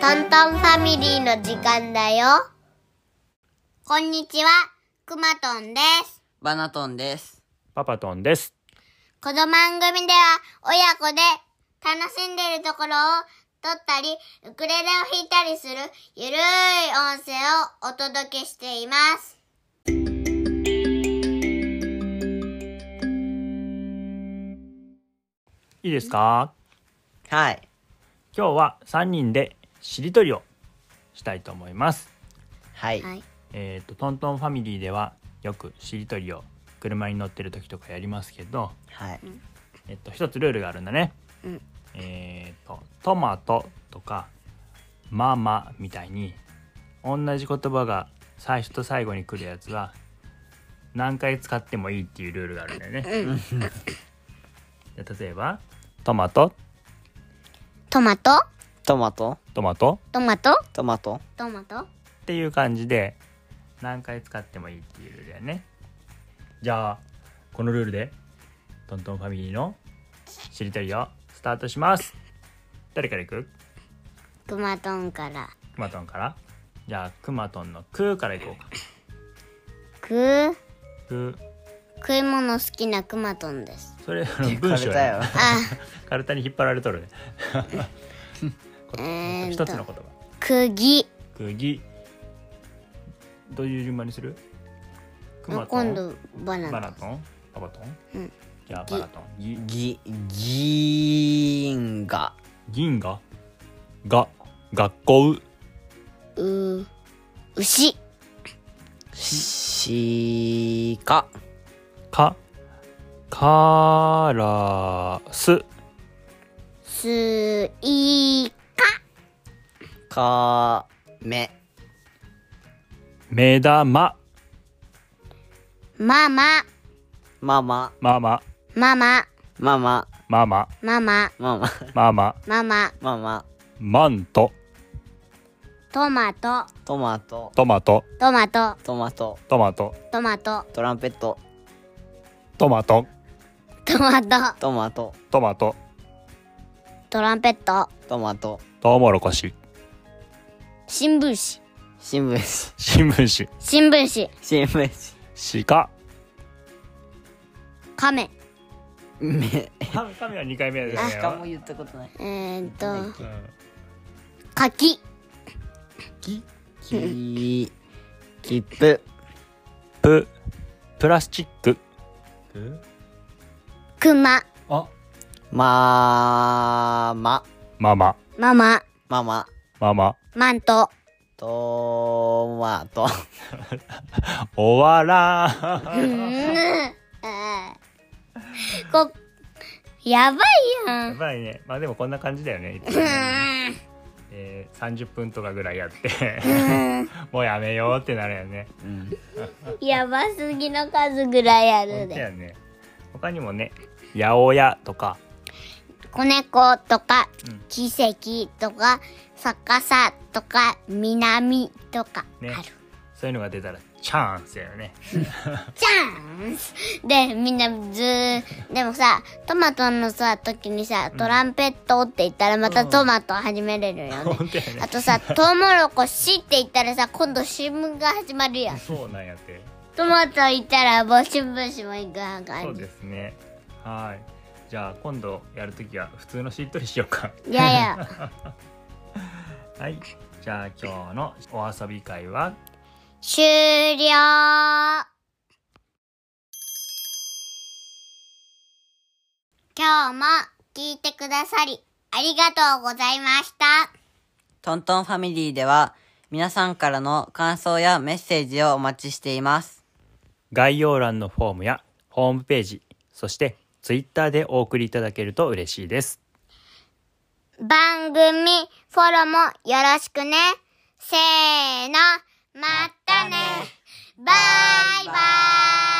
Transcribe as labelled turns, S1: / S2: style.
S1: トントンファミリーの時間だよ。こんにちは、くまとんです。
S2: バナトンです。
S3: パパトンです。
S1: この番組では親子で楽しんでいるところを撮ったり、ウクレレを弾いたりするゆるい音声をお届けしています。
S3: いいですか
S2: はい。
S3: 今日は3人でしりとりをしたいと思います。
S2: はい。
S1: はい。
S3: えっ、と、トントンファミリーではよくしりとりを車に乗ってる時とかやりますけど、
S2: はい。
S3: えっと、一つルールがあるんだね。
S1: うん
S3: えっ、と、トマトとか、ママみたいに、同じ言葉が最初と最後に来るやつは、何回使ってもいいっていうルールがあるんだよね。じゃあ例えば、トマト、
S1: トマト、
S2: トマト、
S3: トマト、
S1: トマト、
S2: トマト。
S1: トマト。
S3: っていう感じで何回使ってもいいっていうルールだよねじゃあこのルールでトントンファミリーのしりとりをスタートします誰からいく
S1: くまとんから、
S3: くまとんからじゃあくまとんの「く」からいこうか
S1: く、
S3: 「く
S1: 食い物好きなくまとん です。」
S3: それあの文章
S2: だよ
S3: や。
S1: あ、
S3: カルタに引っ張られと るねこ
S1: えーっ
S3: 一
S1: と
S3: つの言葉
S1: 釘。
S3: 「くぎ」どういう順番にするくまと
S1: 今
S3: ん
S1: 度、バナナ。
S3: バナトンパパトン、
S1: うん
S3: じゃあバナトンぎ
S2: ぎ、ぎんが。
S3: 銀河が学校
S1: う、牛、
S2: しか。
S3: かからす
S1: す、い、
S2: か、め。
S3: 目玉
S1: ママ、
S2: ママ、
S3: マ
S1: マ
S3: マ
S1: マ、
S2: ママ、
S3: ママ
S1: ママ、
S2: ママ、
S3: ママ
S1: ママ、
S2: ママ。
S3: マント
S1: トマト、
S2: トマト、
S3: トマト
S1: トマト、
S2: トマト、
S3: トマト
S1: トマト、
S2: トランペット、
S3: トマト
S1: トマト、
S2: トマト、
S3: トマト
S1: トランペット、
S2: トマト、
S3: トウモロコシ
S1: 新聞
S2: 新聞
S3: 新聞
S1: 紙、新聞
S2: 紙、新聞
S3: 紙鹿
S1: 紙、カメ、
S2: 紙、め。
S3: 神は2回目です
S2: し
S3: ね
S2: かも言ったことない。
S1: えー、っと、
S3: うん
S1: 柿、
S3: ぎ
S2: き、きっぷ、
S3: ぷプラスチック
S1: クマ、
S3: あ
S2: ま、ま、
S3: ママ
S1: ママ、
S2: ママ。
S3: ママ
S1: マント、
S2: トマト。
S3: 終わら
S1: うんん、えーこ、やばいや
S3: や
S1: ん。
S3: ばいねまあでもこんな感じだよねいつも
S1: う
S3: ね
S1: ん
S3: えー、30分とかぐらいやってもうやめようってなるよね。
S2: うん。
S1: やばすぎの数ぐらいある
S3: 本当
S1: で。
S3: やね他にもね「八百屋」とか
S1: 子猫とか
S3: うん、
S1: 奇跡とか、逆さとか、南とかある。
S3: ねそういうのが出たらチャンスやよね。
S1: チャンスで、みんなずー、 でもさ、トマトのさ、時にさ、トランペットって言ったらまたトマト始めれるよね。
S3: 本当やね
S1: あ。とさ、トウモロコシって言ったらさ、今度新聞が始まるやん。
S3: そうなんやって。
S1: トマト言ったら、もう新聞紙もいくはがあ
S3: そう
S1: る。
S3: ですね。はい。じゃあ今度やるときは普通のしっとりしよう か。
S1: いやいや、
S3: はい。じゃあ今日のお遊び会は
S1: 終了今日も聞いてくださりありがとうございました。
S4: トントンファミリーでは皆さんからの感想やメッセージをお待ちしています。
S3: 概要欄のフォームやホームページそしてツイッターでお送りいただけると嬉しいです。
S1: 番組フォローもよろしくね。せーの、またね。バイバイ。